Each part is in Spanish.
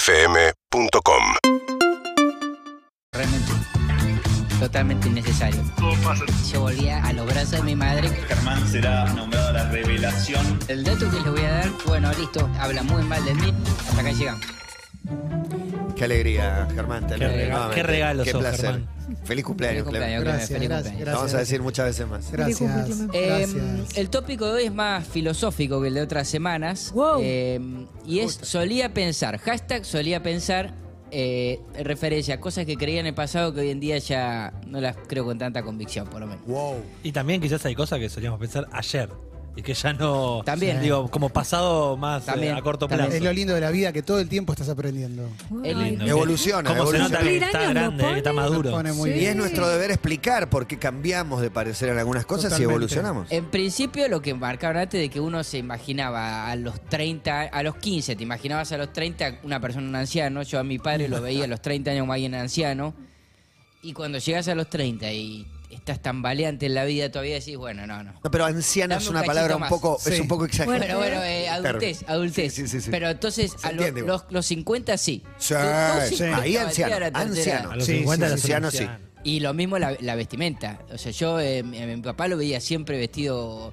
UrbanaPlayFM.com Realmente. Totalmente innecesario. Todo pasa. Yo volvía a los brazos de mi madre. Germán será nombrado la revelación. El dato que les voy a dar, bueno, listo, habla muy mal de mí. Hasta acá llegamos. Qué alegría, Germán. tenerte regalo- nuevamente. qué regalo Qué sos, placer. Germán. Feliz Feliz cumpleaños, cumpleaños, Clemente. Clemen, Gracias, feliz gracias, cumpleaños. Lo vamos a decir muchas veces más. Gracias. Eh, Gracias. el tópico de hoy es más filosófico que el de otras semanas. Wow. Eh, y es solía pensar, hashtag solía pensar, eh, en referencia a cosas que creía en el pasado que hoy en día ya no las creo con tanta convicción, por lo menos. Wow. Y también quizás hay cosas que solíamos pensar ayer y que ya no... También. Digo, como pasado más eh, También, a corto también. plazo. Es lo lindo de la vida que todo el tiempo estás aprendiendo. Es Ay, lindo. Evoluciona, Como se evoluciona. nota que Cumplir está años nos grande, que está pone. maduro. Pone muy Sí. Y es bien. nuestro deber explicar por qué cambiamos de parecer en algunas cosas y Totalmente. evolucionamos. En principio lo que marcaron antes de que uno se imaginaba a los 30, a los 15, te imaginabas a los 30 una persona, un anciano, yo a mi padre lo veía a los 30 años como alguien anciano, y cuando llegas a los 30 y estás tan valiente en la vida todavía decís, bueno, no, no. No, pero anciano Dame es un una cachito palabra un más. poco, es Sí. un poco exagerada. Bueno, bueno, eh, adultez, Claro. adultez. Sí, sí, sí, sí. Pero entonces Se a los, entiende, los, los 50 sí. Sí, Tú- tú sí. 50 Ahí batía anciano, la tercera. anciano. A los Sí, 50 sí, ya sí, son anciano, ancianos. Y lo mismo la, la vestimenta. O sea, yo, eh, mi, mi papá lo veía siempre vestido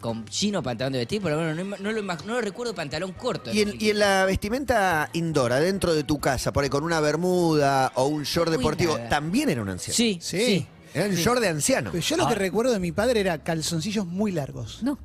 con chino, pantalón de vestir, pero bueno, no, ima- no lo, ima- no lo recuerdo pantalón corto. Y en, y en la vestimenta indoor, adentro de tu casa, por ahí con una bermuda o un short Uy, deportivo, nada. también era un anciano. Sí, sí. Sí. Era un Sí. short de anciano. Pero yo lo que recuerdo de mi padre era calzoncillos muy largos No.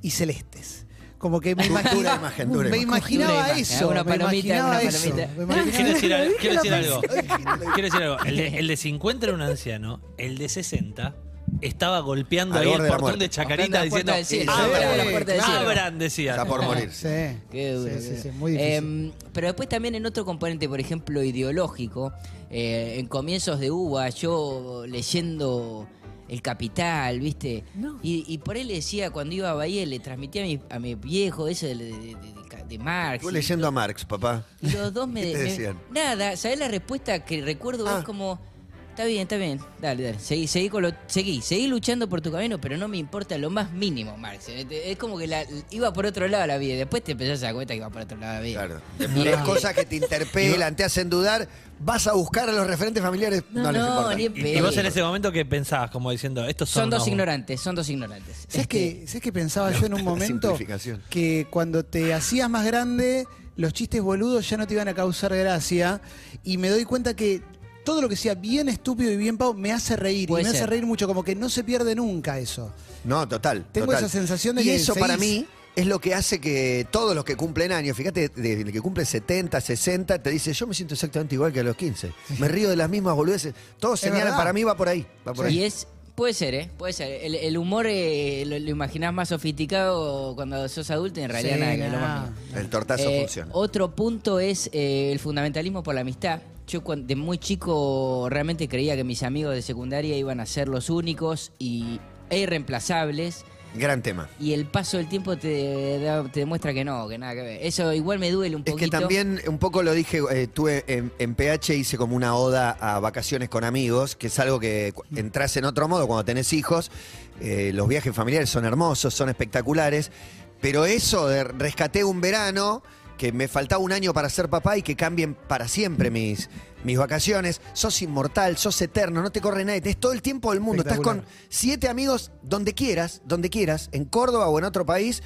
y celestes. Como que me Dura imaginaba, imagen, dura me imagen. imaginaba Dura imagen, eso. una me palomita, imaginaba una eso. palomita. Me imaginaba- Quiero decir algo. Quiero Lo decir dije, algo. Quiero decir algo. El de, el de 50 era un anciano, el de 60 estaba golpeando Al ahí el borde de la portón muerte. de Chacarita Golpeando la puerta diciendo, del cielo, abran, golpeando la puerta del cielo". abran", decía. Está por morir. Sí. Qué duro, Sí, qué sí, duro. sí, muy difícil. Eh, pero después también en otro componente, por ejemplo, ideológico, eh, en comienzos de UBA, yo leyendo El Capital, ¿viste? No. Y, y por ahí le decía, cuando iba a Bahía, le transmitía a mi, a mi viejo eso de, de- de- de- de Marx. Estuve leyendo a Marx, papá. Y los dos me, ¿Qué te me- decían? Nada, ¿sabés la respuesta que recuerdo? Ah. Es como, está bien, está bien, dale, dale, seguí, seguí, con lo, seguí, seguí luchando por tu camino, pero no me importa lo más mínimo, Marx. Es- Es como que la, iba por otro lado la vida, después te empezás a dar cuenta que iba por otro lado la vida. Claro. Las cosas que te interpelan, te hacen dudar, vas a buscar a los referentes familiares. No, No, les no, importa. ni en Y, y vos en ese momento que pensabas, como diciendo, estos son, Son dos unos- ignorantes, son dos ignorantes. ¿Sabes Este, qué, ¿Sabes qué pensaba yo en un momento? simplificación. Que cuando te hacías más grande, los chistes boludos ya no te iban a causar gracia. Y me doy cuenta que todo lo que sea bien estúpido y bien pavo me hace reír. Puede y me ser. hace reír mucho, como que no se pierde nunca eso. No, total. Tengo total. esa sensación de y que eso para seguís. mí es lo que hace que todos los que cumplen años, fíjate, desde el que cumple 70, 60, te dice, yo me siento exactamente igual que a los 15. Me río de las mismas boludeces. Todos Es señalan, verdad. para mí va por ahí. Va por Y ahí. es, puede ser, ¿eh? Puede ser. El, el humor eh, lo, lo imaginás más sofisticado cuando sos adulto y en realidad Sí, nada, que es lo nada. más mínimo. El tortazo Eh, funciona. Otro punto es eh, el fundamentalismo por la amistad. Yo cuan- de muy chico realmente creía que mis amigos de secundaria iban a ser los únicos y, e irreemplazables. Gran tema. Y el paso del tiempo te, da- te demuestra que no, que nada que ver. Eso igual me duele un Es poquito. que también, un poco lo dije, eh, tuve en, en PH hice como una oda a vacaciones con amigos, que es algo que cu- entras en otro modo cuando tenés hijos. Eh, los viajes familiares son hermosos, son espectaculares, pero eso de rescaté un verano que me faltaba un año para ser papá y que cambien para siempre mis, mis vacaciones. Sos inmortal, sos eterno, no te corre nadie, tenés todo el tiempo del mundo. Estás con siete amigos donde quieras, donde quieras, en Córdoba o en otro país.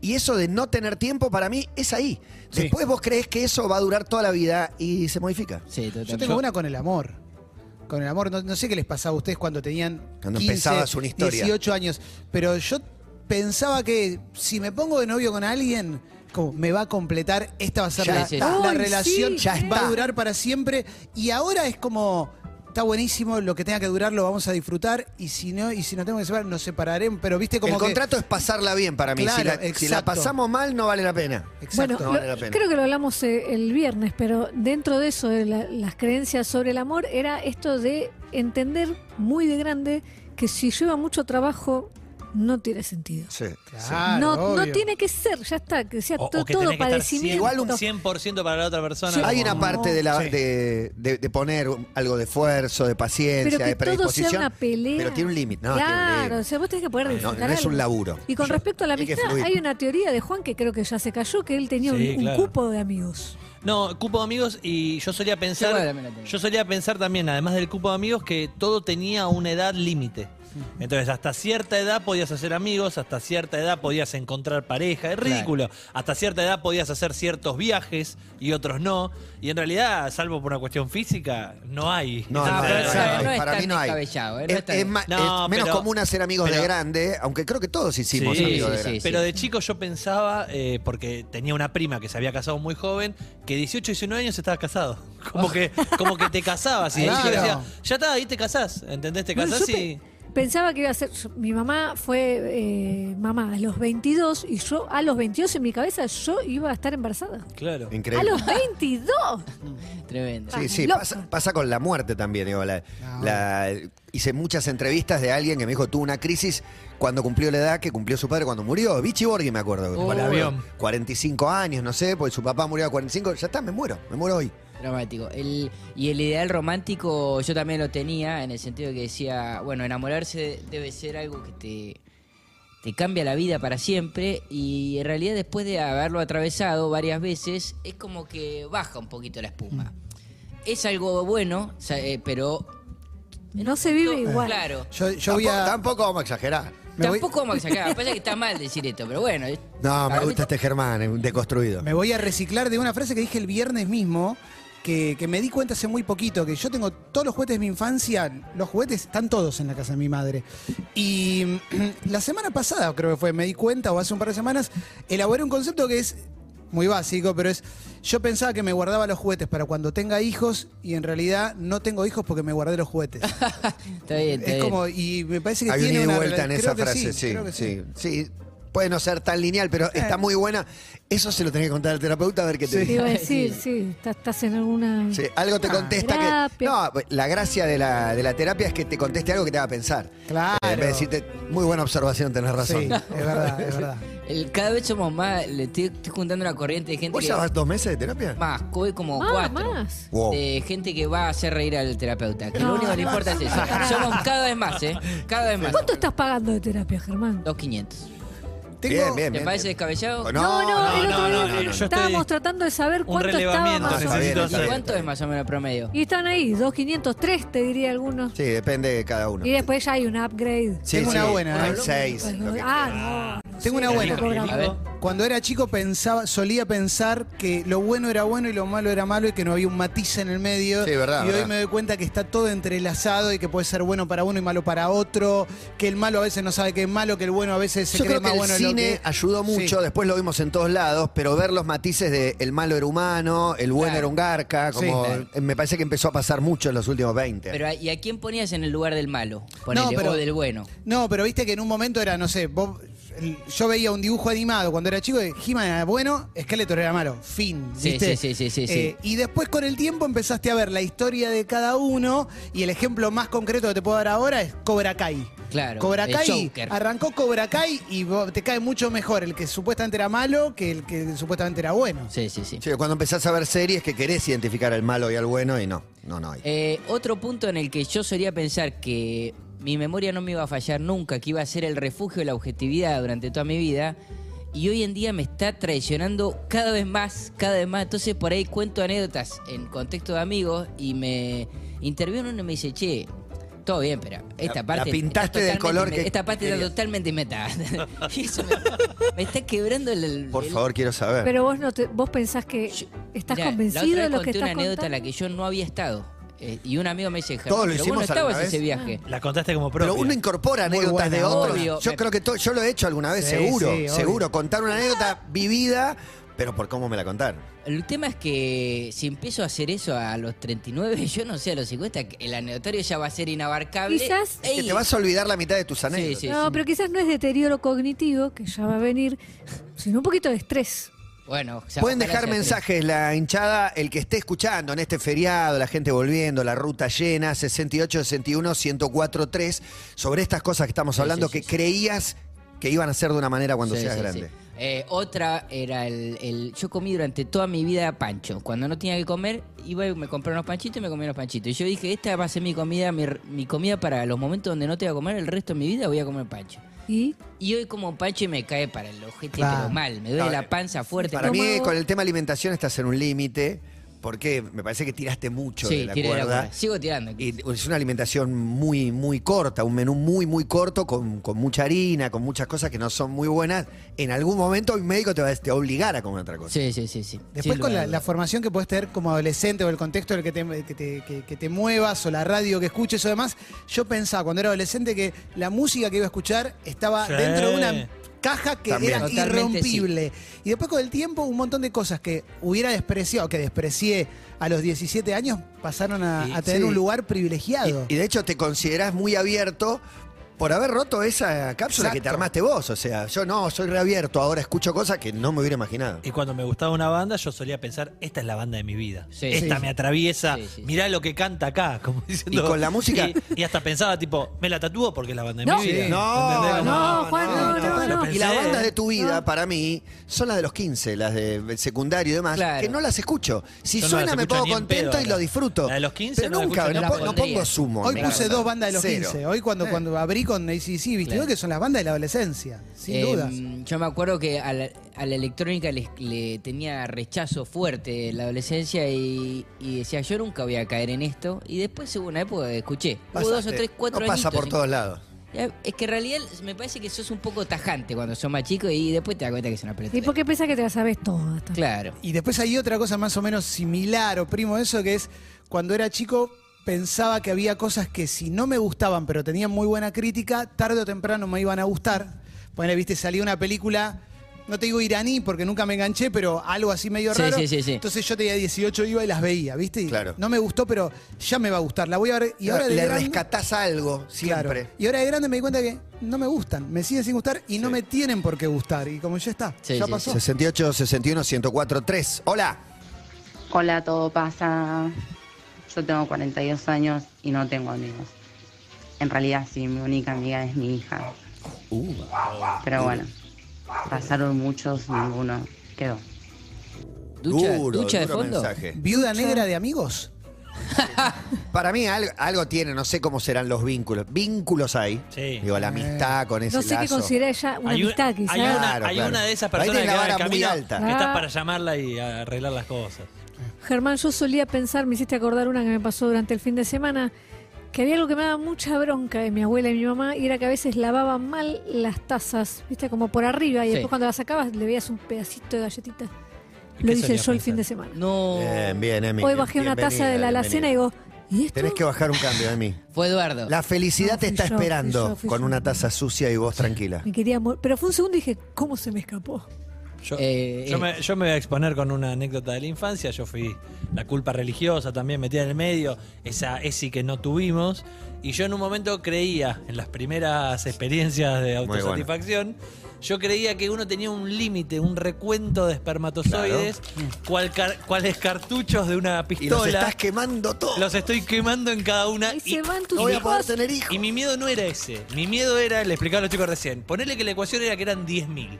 Y eso de no tener tiempo para mí es ahí. Después vos crees que eso va a durar toda la vida y se modifica. Sí, totalmente. Yo tengo una con el amor. Con el amor, no, no sé qué les pasaba a ustedes cuando tenían Cuando 15, empezabas una historia. 18 años, pero yo pensaba que si me pongo de novio con alguien, como me va a completar, esta va a ser Ya la, está. la- la Ay, relación, sí, Ya eh. va está. a durar para siempre. Y ahora es como, está buenísimo, lo que tenga que durar lo vamos a disfrutar, y si no, y si no tengo que separar, nos separaremos, pero viste como el que- contrato es pasarla bien para mí. si, Claro, la, si la exacto. pasamos mal, no vale la pena. Exacto. no Bueno, vale lo- la pena. creo que lo hablamos eh, el viernes, pero dentro de eso, de la- las creencias sobre el amor, era esto de entender muy de grande que si lleva mucho trabajo no tiene sentido. Sí. Claro, no, no obvio. tiene que ser, ya está, que sea O, to- o que todo tenés que estar padecimiento. 100%, Igual un- 100 para la otra persona. Sí. Hay como- una parte de, la, Sí. de, de- de poner un- algo de esfuerzo, de paciencia, pero que de todo sea predisposición. una pelea. Pero tiene un límite, ¿no? tiene un Claro, o límite. sea, vos tenés que poder No, disfrutar no es algo. un laburo. Y con Yo- respecto a la hay que amistad, fluir. hay una teoría de Juan que creo que ya se cayó, que él tenía un, Sí, un claro. cupo de amigos. No, cupo de amigos y yo solía Yo igual pensar, también la tenía. yo solía pensar también, además del cupo de amigos, que todo tenía una edad límite. Entonces, hasta cierta edad podías hacer amigos, hasta cierta edad podías encontrar pareja, es ridículo. Hasta cierta edad podías hacer ciertos viajes y otros no. Y en realidad, salvo por una cuestión física, no hay. No, esa no, Ah, edad pero no, límite. esa no, no es para tan mí no hay. descabellado, ¿eh? No Es- es tan- es ma- es No, menos pero- común hacer amigos de pero- grande, aunque creo que todos hicimos Sí, amigos de sí, sí, grande. sí. Pero de chico yo pensaba, eh, porque tenía una prima que se había casado muy joven, que 18, 19 años estabas casado. Ah. Como que, como que te casabas. Y de chico Claro. decía, ya está, ahí te casás. ¿Entendés? Te Bueno, casás yo y. Pensaba que iba a ser. yo- mi mamá fue eh, mamá a los 22 y yo a los 22 en mi cabeza yo iba a estar embarazada. Claro. ¡A Increíble. los 22! Tremendo. Sí, sí, Loco. pasa, pasa con la muerte también. digo, la- No. la- hice muchas entrevistas de alguien que me dijo tuvo una crisis cuando cumplió la edad que cumplió su padre cuando murió. Vichy Borghi, me acuerdo. Oh. Con avión. 45 años, no sé, porque su papá murió a 45. Ya está, me muero, me muero hoy. Dramático. El, y el ideal romántico yo también lo tenía, en el sentido que decía, bueno, enamorarse debe ser algo que te, te cambia la vida para siempre y en realidad después de haberlo atravesado varias veces es como que baja un poquito la espuma. Es algo bueno, o sea, eh, pero... No se vive igual. Claro. Yo, yo Tampo- voy a. Tampoco vamos a exagerar. Me voy- Tampoco vamos a sacar, pasa que está mal decir esto, pero bueno. es- No, me para mí gusta este Germán, eh, un deconstruido. Me voy a reciclar de una frase que dije el viernes mismo, que, que me di cuenta hace muy poquito, que yo tengo todos los juguetes de mi infancia, los juguetes están todos en la casa de mi madre. Y la semana pasada, creo que fue, me di cuenta, o hace un par de semanas, elaboré un concepto que es muy básico, pero es, yo pensaba que me guardaba los juguetes para cuando tenga hijos y en realidad no tengo hijos porque me guardé los juguetes. Está bien, está es bien. como, y me parece que Eh, Hay un tiene ida y una vuelta en rela- esa creo que frase, sí. creo que Eh. sí, sí. Puede no ser tan lineal, pero está muy buena. Eso se lo tenés que contar al terapeuta a ver qué te Sí. Te dice. iba a decir, sí, estás, estás en alguna. Sí, algo te contesta que. Terapia. No, la gracia de la, de la terapia es que te conteste algo que te haga pensar. Claro. Eh, en vez de decirte, muy buena observación, tenés razón. Sí, es verdad, es verdad. El- cada vez somos más, le estoy, estoy juntando una corriente de gente ¿Vos que... ya vas dos meses de terapia? Más, voy como Ah, cuatro. más. Wow. De gente que va a hacer reír al terapeuta. Que No, lo único que le no, importa es eso. pará. Somos cada vez más, ¿eh? Cada vez más. ¿Cuánto estás pagando de terapia, Germán? 2.500. Tengo- Bien, bien, ¿Te bien. parece descabellado? No, no, el no, otro no, día no, no, no. Yo estábamos estoy- tratando de saber Un cuánto estaba relevamiento Ah, más. está bien, necesito está ¿Y bien. hacer. cuánto es más o menos el promedio? Y están ahí, 2,503 te diría algunos. Sí, depende de cada uno. Y después ya hay un upgrade. Sí, Tengo sí, una buena, hay ¿eh? seis. lo que- ah, no. Tengo una buena. A ver. Cuando era chico pensaba, solía pensar que lo bueno era bueno y lo malo era malo y que no había un matiz en el medio. Sí, verdad, y verdad. hoy me doy cuenta que está todo entrelazado y que puede ser bueno para uno y malo para otro, que el malo a veces no sabe que es malo, que el bueno a veces se Yo cree creo que más el bueno de lo cine que- ayudó mucho, Sí. después lo vimos en todos lados, pero ver los matices de el malo era humano, el bueno Claro. era un garca, como Sí, eh, me parece que empezó a pasar mucho en los últimos 20. Pero, ¿Y a quién ponías en el lugar del malo? Ponele, No, pero- o del bueno. No, pero viste que en un momento era, no sé, vos- el- yo veía un dibujo animado cuando era chico de He-Man era bueno, Skeletor era malo, fin. Sí, ¿viste? sí, sí, sí, sí, Eh, Y después con el tiempo empezaste a ver la historia de cada uno y el ejemplo más concreto que te puedo dar ahora es Cobra Kai. Claro, Cobra el Kai, Joker. arrancó Cobra Kai y vos- te cae mucho mejor el que supuestamente era malo que el que supuestamente era bueno. Sí, sí, sí. Sí, cuando empezás a ver series que querés identificar al malo y al bueno y no, no, no hay. Eh, otro punto en el que yo solía pensar que mi memoria no me iba a fallar nunca, que iba a ser el refugio de la objetividad durante toda mi vida. Y hoy en día me está traicionando cada vez más, cada vez más. Entonces por ahí cuento anécdotas en contexto de amigos y me interviene uno y me dice, che, todo bien, pero esta La- parte... la está pintaste totalmente del color inven- que Esta parte está querías. totalmente inventada. y eso me, me está quebrando el... el- Por el- favor, quiero saber. Pero vos no te, vos pensás que Yo- estás Mirá, convencido la otra de vez lo que conté estás una anécdota en la contando. que yo no había estado. Eh, y un amigo me dice, Germán, Todos lo pero vos no hicimos alguna estabas en ese vez. viaje. La contaste como propia. Pero uno incorpora Muy anécdotas buena, de otros. obvio. Yo Me- creo que to- yo lo he hecho alguna vez, Sí, seguro. sí, obvio. seguro. Contar una anécdota vivida, pero por cómo me la contaron. El tema es que si empiezo a hacer eso a los 39, yo no sé, a los 50, que el anecdotario ya va a ser inabarcable. Quizás- Es que te vas a olvidar la mitad de tus anécdotas. sí, No, sí. pero quizás no es deterioro cognitivo, que ya va a venir, sino un poquito de estrés. Bueno, se Pueden bajó la dejar cicatriz. mensajes, la hinchada, el que esté escuchando en este feriado, la gente volviendo, la ruta llena, 68-61-1043, sobre estas cosas que estamos Sí, hablando sí, sí, que sí. creías que iban a ser de una manera cuando Sí, seas sí, grande. sí. Eh, otra era el, el- Yo comí durante toda mi vida pancho. Cuando no tenía que comer, iba y me compré unos panchitos y me comía unos panchitos. Y yo dije, esta va a ser mi comida, mi, r- mi comida para los momentos donde no te voy a comer el resto de mi vida, voy a comer pancho. Y Y hoy como pancho y me cae para el ojete, Claro. pero mal. Me duele Claro. la panza fuerte. Para mí, Estómago. con el tema alimentación estás en un límite, porque me parece que tiraste mucho sí, de la tiré de la cuerda. cuerda. Sigo tirando. Y es una alimentación muy, muy corta, un menú muy, muy corto, con, con mucha harina, con muchas cosas que no son muy buenas. En algún momento un médico te va, a- te va a obligar a comer otra cosa. Sí, sí, sí, sí. Después Sin con lugar la, a la dudas. formación que puedes tener como adolescente o el contexto en el que te, que te- que- que te muevas o la radio que escuches o demás, yo pensaba cuando era adolescente que la música que iba a escuchar estaba Sí. dentro de una caja que También. era Totalmente irrompible. Y después con el tiempo un montón de cosas que hubiera despreciado, que desprecié a los 17 años, pasaron a, Y- a tener sí. un lugar privilegiado. Y, y de hecho te considerás muy abierto por haber roto esa cápsula que te Exacto. armaste vos. O sea, yo no, soy reabierto, ahora escucho cosas que no me hubiera imaginado. Y cuando me gustaba una banda, yo solía pensar, esta es la banda de mi vida. Sí. esta Sí. me atraviesa. Sí, sí. Mirá lo que canta acá, como diciendo. Y con la música- Y, y hasta pensaba, tipo, me la tatúo porque es la banda de No. mi vida. Sí. No, ¿Entendés? Como, no, Juan, no, no, lo no. pensé. Y las bandas de tu vida, No. para mí, son las de los 15, las de secundario y demás, Claro. que no las escucho. Si Yo no suena las me escucho pongo ni en contento pedo, y la- lo disfruto. la de los 15 Pero no la nunca, no, escucho, no po- la no pondría. pongo sumo. Hoy en me la puse banda. dos bandas de los Cero. 15. Hoy cuando, Eh. cuando abrí con ACC, viste Claro. veo que son las bandas de la adolescencia, sin Eh, dudas. Yo me acuerdo que a la, a la electrónica les- le, tenía rechazo fuerte en la adolescencia y, y decía, yo nunca voy a caer en esto. Y después hubo una época que escuché. Hubo dos o Pasaste. tres, cuatro No pasa añitos, ¿eh? por sí. todos lados. Ya, Es que en realidad me parece que sos un poco tajante cuando sos más chico y después te das cuenta que es una pelota. ¿Y por qué pensás que te la sabes todas? Claro. Y después hay otra cosa más o menos similar o primo de eso, que es cuando era chico pensaba que había cosas que si no me gustaban, pero tenían muy buena crítica, tarde o temprano me iban a gustar. Bueno, viste, salía una película, no te digo iraní porque nunca me enganché, pero algo así medio Sí, raro. sí, sí, sí. Entonces yo tenía 18, iba y las veía, ¿viste? Y Claro. No me gustó, pero ya me va a gustar. La voy a ver y ahora de Le grande- rescatás algo Claro. siempre. Y ahora de grande me di cuenta que no me gustan, me siguen sin gustar y no me tienen por qué gustar. Y como ya está, Sí, ya sí, pasó. 68, 61, 104, 3. Hola. Hola, todo pasa. Yo tengo 42 años y no tengo amigos. En realidad, sí, mi única amiga es mi hija. Pero bueno, pasaron muchos, ninguno quedó. ¿Ducha, Duro, ducha de duro fondo? mensaje. ¿Viuda negra de amigos? Para mí algo, algo tiene, no sé cómo serán los vínculos. Vínculos hay. Sí. Digo, la amistad con ese No sé qué lazo. considera ella una Hay, un- amistad, quizás. hay una, Claro, hay claro. una de esas Ahí personas tenés que la va en el vara muy camino alta. que estás Ah. para llamarla y arreglar las cosas. Germán, yo solía pensar, me hiciste acordar una que me pasó durante el fin de semana, que había algo que me daba mucha bronca de mi abuela y mi mamá, y era que a veces lavaban mal las tazas, viste, como por arriba, y Sí. después cuando las sacabas le veías un pedacito de galletita. ¿Y Lo qué hice solías yo el fin de pensar? semana. No. Bien, bien, Emi. Hoy bajé una taza de la alacena y digo, ¿y esto? Tenés que bajar un cambio, Emi. Fue Eduardo. La felicidad No, te fui está yo, fui esperando yo, fui con yo. una taza sucia y vos tranquila. Me quería morir. Pero fue un segundo y dije, ¿cómo se me escapó? Yo, Eh, yo eh. me, yo me voy a exponer con una anécdota de la infancia. Yo fui la culpa religiosa también metida en el medio, esa ESI que no tuvimos. Y yo en un momento creía, en las primeras experiencias de bueno. autosatisfacción, yo creía que uno tenía un límite, un recuento de espermatozoides, cual car- cuáles cartuchos de una Y los pistola. estás quemando todos. Los estoy quemando en cada una. Ahí y- se van tus No voy a hijos. poder tener hijos. y mi miedo no era ese. Mi miedo era, le explicaba a los chicos recién, ponerle que la ecuación era que eran 10.000.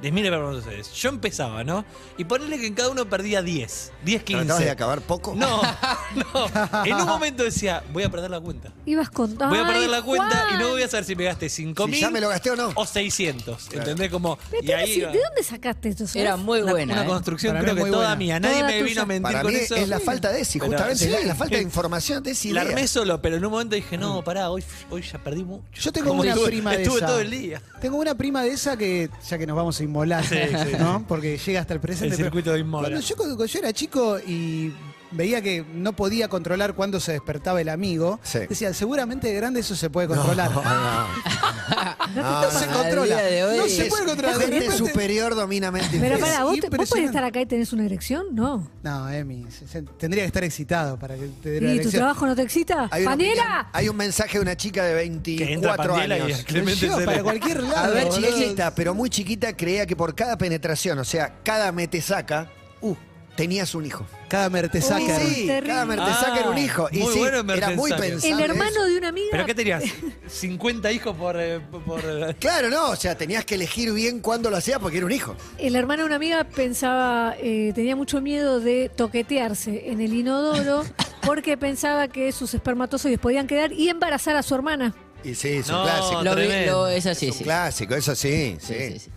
10.000 espermatozoides. Yo empezaba, ¿no? Y ponerle que en cada uno perdía 10. 10, 15. ¿Tratabas de acabar poco? No, no. En un momento decía, voy a perder la cuenta. Ibas con... Voy a ¡Ay, perder la cuenta y Juan! no voy a saber si me gasté 5.000 Si ya me lo gasté o no. o 600. ¿Entendés? Como, Pero y te iba a ahí decir, iba. ¿De dónde sacaste esto? sabes? Era muy una, buena. una ¿eh? construcción Para mí creo es que muy toda buena. mía. Nadie Toda me vino tuya. a mentir Para con mí eso. es la falta de ese, Pero- justamente. Sí. es la falta de información, de esa idea. La armé solo, pero en un momento dije, no, pará, hoy, hoy ya perdí mucho. Yo tengo Como una estuve- prima de Estuve esa. todo el día. Tengo una prima de esa que, ya que nos vamos a inmolar, Sí, sí, ¿no? Porque llega hasta el presente. El pero circuito de Inmola. Cuando yo, cuando yo era chico y veía que no podía controlar cuándo se despertaba el amigo. Sí. Decía, seguramente de grande eso se puede controlar. No, no. Ah, No se Al controla. día de hoy No se es- puede controlar. De Gente repente- superior domina mente Pero inferior. pará, ¿vos, te- vos podés impresionante. estar acá y tenés una erección? No. No, Emi, se- se- tendría que estar excitado para que te dé la ¿Y tu elección. trabajo no te excita? Hay una opinión- ¡Panela! Ah, Hay un mensaje de una chica de Que entra 24 Pandiela y años. a Clemente Yo, se para le- cualquier A lado. ver, boludo. chiquita, pero muy chiquita, creía que por cada penetración, o sea, cada metesaca, uh, tenías un hijo. Cada mertesaca. Uy, sí, terrible. cada mertesaca Ah, era un hijo. Y muy sí, bueno era muy mertesaca. El pensable hermano eso. de una amiga. ¿Pero qué tenías? ¿50 hijos por...? eh, por eh, Claro, no, o sea, tenías que elegir bien cuándo lo hacías porque era un hijo. El hermano de una amiga pensaba, eh, tenía mucho miedo de toquetearse en el inodoro porque pensaba que sus espermatozoides podían quedar y embarazar a su hermana. Y sí, es un No, clásico. Lo vi- tremendo. lo- es así, Es un sí. clásico, eso sí, sí. Sí, sí, sí.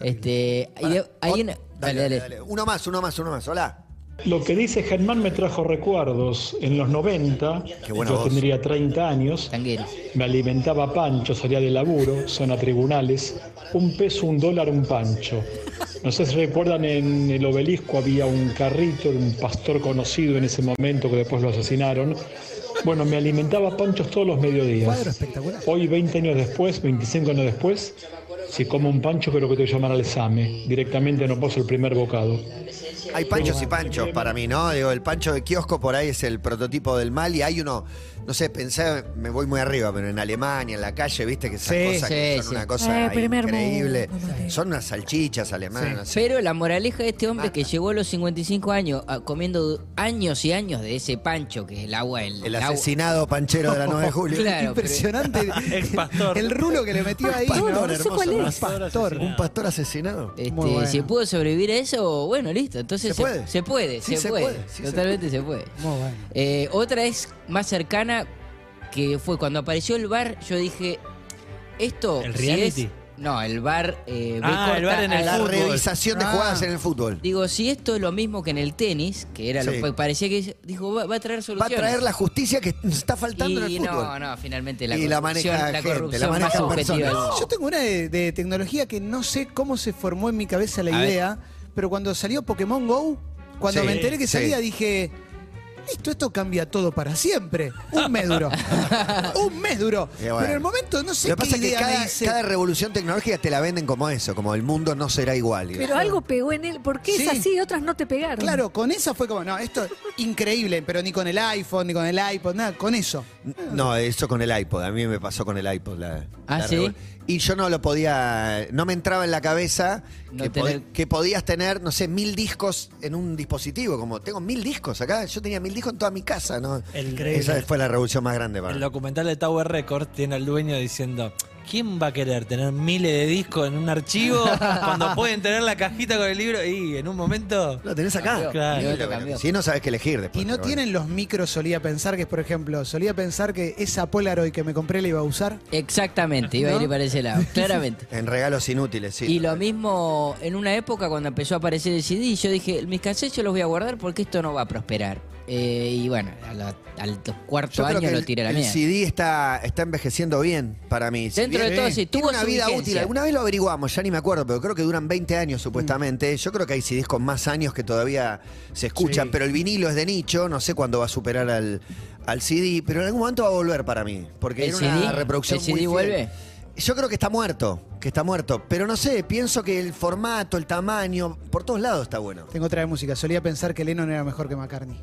Este, y de- Ot- alguien- dale, dale, dale. Uno más, uno más, uno más. Hola. Lo que dice Germán me trajo recuerdos. En los 90, Qué buena yo voz. tendría 30 años, Tanguero. me alimentaba pancho, salía de laburo, zona tribunales, un peso, un dólar, un pancho. No sé si recuerdan, en el obelisco había un carrito de un pastor conocido en ese momento que después lo asesinaron. Bueno, me alimentaba panchos todos los Cuadro mediodías. espectacular. Hoy, 20 años después, 25 años después, si como un pancho creo que te llaman al examen. Directamente no paso el primer bocado. Hay panchos y panchos para mí, ¿no? Digo, el pancho de kiosco por ahí es el prototipo del mal y hay uno, no sé, pensé, me voy muy arriba, pero en Alemania, en la calle, viste que esas Sí, cosas que sí, son sí. una cosa Eh, primer mundo, increíble. mamá. Son unas salchichas alemanas. Pero la moraleja de este hombre que llegó a los 55 años ah, comiendo años y años de ese pancho que es el agua, el, El el agua- asesinado panchero de la 9 de julio. Claro, pero- Impresionante. Ex pastor. El rulo que le metió ahí. Pastor, ¿no? no sé cuál ¿no? es. Un pastor. asesinado. Un pastor asesinado. Este, Muy bueno. Si pudo sobrevivir a eso, bueno, listo. Entonces Se puede. Se puede, Sí, se, se puede. puede, sí, se Totalmente se puede. Muy bueno. Eh, otra es más cercana, que fue cuando apareció el bar, yo dije, esto... ¿El si es- reality? no, el bar... eh, B Ah, el corta, bar en el A- La fútbol. revisación de Ah. jugadas en el fútbol. Digo, si esto es lo mismo que en el tenis, que era Sí. lo que parecía que dijo, va, va a traer Va a soluciones. traer la justicia que nos está faltando y en el fútbol. no, no, finalmente la Y la corrupción, maneja la gente, la corrupción manejan más objetiva. personas. Yo tengo una de, de tecnología que no sé cómo se formó en mi cabeza la A ver. idea, pero cuando salió Pokémon Go, cuando Sí, me enteré que sí. salía, dije. Listo, esto cambia todo para siempre. Un mes duró. un mes duró. Y bueno. Pero en el momento no sé Lo que qué pasa es que idea me cada, hice. cada revolución tecnológica te la venden como eso, como el mundo no será igual. digamos. Pero algo pegó en él. ¿Por qué Sí. es así y otras no te pegaron? Claro, con esa fue como, no, esto es increíble, pero ni con el iPhone, ni con el iPod, nada, con eso. No, eso con el iPod. A mí me pasó con el iPod. La, Ah, la ¿sí? revol- Y yo no lo podía. No me entraba en la cabeza No que, pod- tener- que podías tener, no sé, mil discos en un dispositivo. Como tengo mil discos acá. Yo tenía mil discos en toda mi casa, ¿no? Increíble. Esa fue la revolución más grande para El mí. documental de Tower Records tiene al dueño diciendo. ¿Quién va a querer tener miles de discos en un archivo cuando pueden tener la cajita con el libro? Y en un momento. Lo tenés acá. Cambió, Claro. y otro Pero bueno, cambió. Si no sabes qué elegir después. Y no pero bueno. tienen los micros, solía pensar, que es, por ejemplo, solía pensar que esa Polaroid que me compré la iba a usar. Exactamente, iba a ir para ese lado, claramente. En regalos inútiles, sí. y lo mismo en una época cuando empezó a aparecer el CD, yo dije, mis cassettes yo los voy a guardar porque esto no va a prosperar. Eh, y bueno, a la- al cuarto Yo creo año que lo el- tiré a la el, mierda. CD está, está envejeciendo bien para mí. Si Dentro bien- de todo, sí, Tiene tuvo una su vida vigencia. útil. Alguna vez lo averiguamos, ya ni me acuerdo, pero creo que duran 20 años Mm. supuestamente. Yo creo que hay CDs con más años que todavía se escuchan, pero el vinilo es de nicho, no sé cuándo va a superar al, al CD, pero en algún momento va a volver para mí, porque ¿El era CD? una reproducción ¿El CD muy fiel. vuelve? Yo creo que está muerto, que está muerto, pero no sé, pienso que el formato, el tamaño, por todos lados está bueno. Tengo otra de música, solía pensar que Lennon era mejor que McCartney.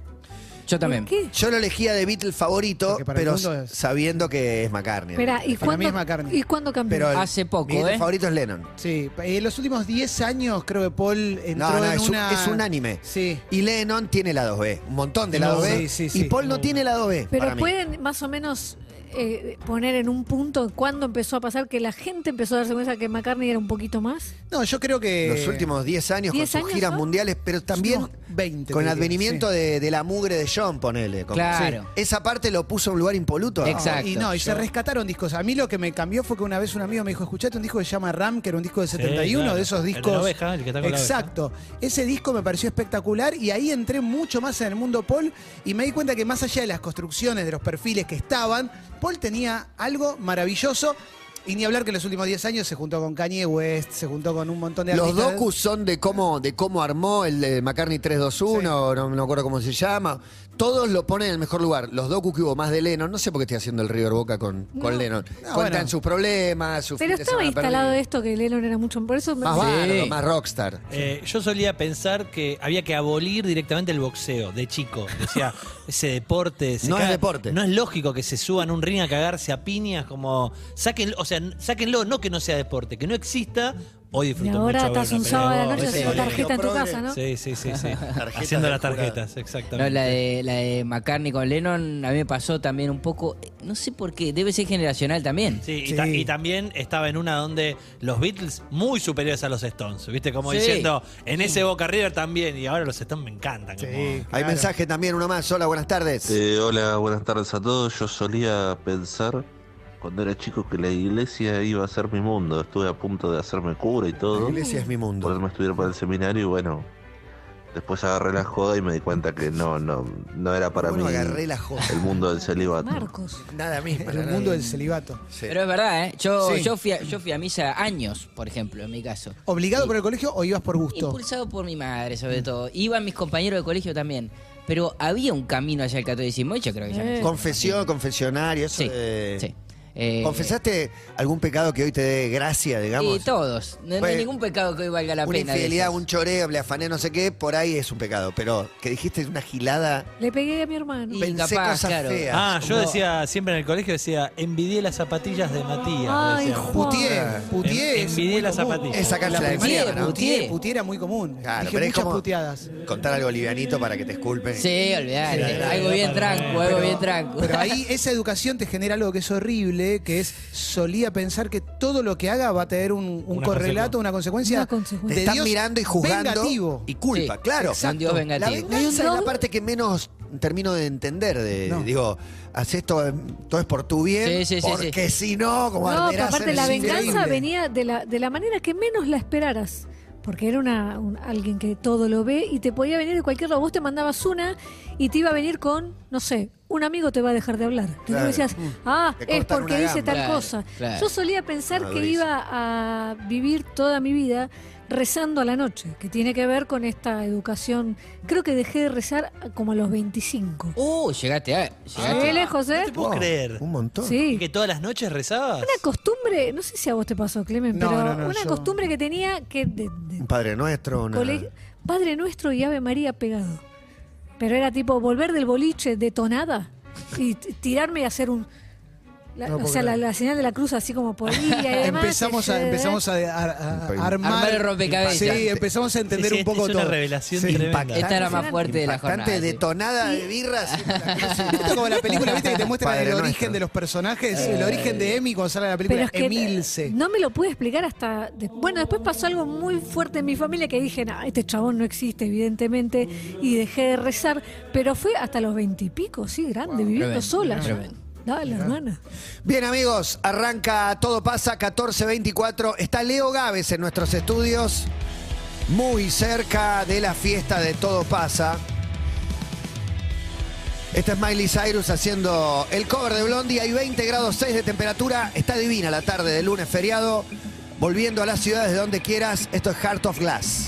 Yo también. ¿Por qué? Yo lo elegía de Beatle favorito, Porque para el pero mundo es- sabiendo que es McCartney. Espera, ¿y, Para mí es cuándo, McCartney. ¿y cuándo cambió? Ah, Pero el- Hace poco, mi Beatle ¿eh? favorito es Lennon. Sí, en los últimos 10 años creo que Paul entró No, no, en es, un- una... es un anime. Sí. Y Lennon tiene la 2B, un montón de la No, 2B. sí, sí, sí. Y Paul no tiene la 2B. Pero para mí. pueden más o menos eh, poner en un punto cuándo empezó a pasar que la gente empezó a darse cuenta que McCartney era un poquito más. No, yo creo que... Los últimos 10 años con 10 sus años, giras ¿no? mundiales, pero también últimos 20, con el te diría, advenimiento sí. de, de la mugre de John, ponele. como- Claro. Sí. Esa parte lo puso en un lugar impoluto. a- Exacto. Y no, y se rescataron discos. A mí lo que me cambió fue que una vez un amigo me dijo, escuchate un disco que se llama Ram, que era un disco de Sí, 71, claro. de esos El de la discos... oveja, el que está con la oveja. Exacto. Ese disco me pareció espectacular y ahí entré mucho más en el mundo Paul y me di cuenta que más allá de las construcciones, de los perfiles que estaban, Paul tenía algo maravilloso Y ni hablar que en los últimos 10 años se juntó con Kanye West, se juntó con un montón de Los artistas. docus son de cómo, de cómo armó el de McCartney 321, no me acuerdo cómo se llama. Todos lo ponen en el mejor lugar. Los docus que hubo más de Lennon, no sé por qué estoy haciendo el River Boca con, con Lennon. Cuentan bueno. sus problemas, sus Pero estaba instalado esto que Lennon era mucho. Por eso me- Más bardo, Sí. más rockstar. Eh, yo solía pensar que había que abolir directamente el boxeo de chico. Decía, ese deporte. se No es deporte. No es lógico que se suban a un ring a cagarse a piñas, como. Sáquenlo, o sea, sáquenlo, no que no sea deporte, que no exista. Hoy Y disfruto ahora mucho ver estás una un pelea sábado de a la noche boxeo. haciendo tarjeta en tu casa, ¿no? Sí, sí, sí, sí. del Haciendo las jurado. tarjetas, No, exactamente. la de, la de McCartney con Lennon a mí me pasó también un poco, eh, no sé por qué, debe ser generacional también. Sí, Sí. Y, ta- y también estaba en una donde los Beatles muy superiores a los Stones, ¿viste? Como Sí. diciendo, en ese Boca River también, y ahora los Stones me encantan. Sí, como- Hay claro. mensaje también, uno más. Hola, buenas tardes. Eh, hola, buenas tardes a todos. Yo solía pensar cuando era chico que la iglesia iba a ser mi mundo. Estuve a punto de hacerme cura y La todo, iglesia es mi mundo. ponerme a estudiar para el seminario y bueno, después agarré la joda y me di cuenta que no, no, no era para Bueno, mí agarré la joda. el mundo del celibato. Marcos. Nada mismo. El mundo del celibato. Sí. Pero es verdad, ¿eh? Yo, Sí. yo, fui a, yo fui a misa años, por ejemplo, en mi caso. ¿Obligado por el colegio o ibas por gusto? Impulsado por mi madre, sobre todo. Iban mis compañeros de colegio también. Pero había un camino hacia el catolicismo y yo creo que ya no Eh. existe. Confesión, confesionario, eso Sí, de- sí. Eh, ¿Confesaste algún pecado que hoy te dé gracia, Y digamos? todos. No, no hay Bueno, ningún pecado que hoy valga la una pena. de infidelidad, esos. un choreo, le afané, no sé qué, por ahí es un pecado. Pero que dijiste una gilada, Le pegué a mi hermano. Y pensé capaz, cosas claro. feas. Ah, yo como- decía, siempre en el colegio decía, envidié las zapatillas de Matías. Ay, decía. Juan. Putié, putié. Ah, En- es envidié muy las común. zapatillas. Esa En la cancha de primaria, mierda, ¿no? putié, Putié. putié era muy común. Claro, Dije pero es muchas como puteadas. contar algo livianito para que te esculpen. Sí, olvidate. Sí, la algo verdad, bien la tranco, verdad. algo Pero- bien tranco. Pero ahí esa educación te genera algo que es horrible, que es solía pensar que todo lo que haga va a tener un, un Una correlato, una consecuencia. Una consecuencia. Te de están Dios mirando y juzgando vengativo. y culpa, Sí, claro. exacto. Un Dios vengativo. La venganza Hay es un la don- parte que menos termino de entender. De, No. Digo, haces esto, eh, todo es por tu bien, Sí, sí, sí, porque si no, como No, pero arderás aparte en la el venganza increíble. venía de la, de la manera que menos la esperaras. Porque era una, un- alguien que todo lo ve y te podía venir de cualquier lado. Vos te mandabas una y te iba a venir con, no sé, un amigo te va a dejar de hablar. Y Claro. vos decías, Mm. ah, Te es cortan porque una dice gamba. tal Claro, cosa. claro. Yo solía pensar Ah, que durísimo. iba a vivir toda mi vida rezando a la noche, que tiene que ver con esta educación. Creo que dejé de rezar como a los 25. Uh, llegaste a. ¿Qué Llegaste lejos, eh? No te puedo creer. Un montón. Sí. ¿Y que todas las noches rezabas? Una costumbre, no sé si a vos te pasó, Clemen, No, pero no, no, una yo- costumbre que tenía que de, de Un padre nuestro, una- cole- Padre Nuestro y Ave María pegado. Pero era tipo volver del boliche detonada y t- tirarme y hacer un. la- No o puedo sea, la, creer. la señal de la cruz así como podía. Y demás, Empezamos eh, a, empezamos a, a- a- a armar, Armar el rompecabezas. Sí, empezamos a entender Sí, sí, un poco es una todo. revelación Sí. tremenda. Impactante. Esta era más fuerte de la jornada. Bastante sí. detonada de birras. Esto como la película, viste, que te muestra Padre el origen nuestro. de los personajes, Eh. el origen de Emi cuando sale la película Pero es que Emilce. no me lo pude explicar hasta... de- bueno, después pasó algo muy fuerte en mi familia que dije, no, este chabón no existe, evidentemente, y dejé de rezar, pero fue hasta los veintipico, sí, grande, viviendo Tremendo, sola. ya. tremendo. Dale, hermana. Bien, amigos, arranca Todo Pasa 1424. Está Leo Gávez en nuestros estudios, muy cerca de la fiesta de Todo Pasa. Esta es Miley Cyrus haciendo el cover de Blondie. Hay 20 grados 6 de temperatura. Está divina la tarde de lunes feriado. Volviendo a las ciudades de donde quieras. Esto es Heart of Glass.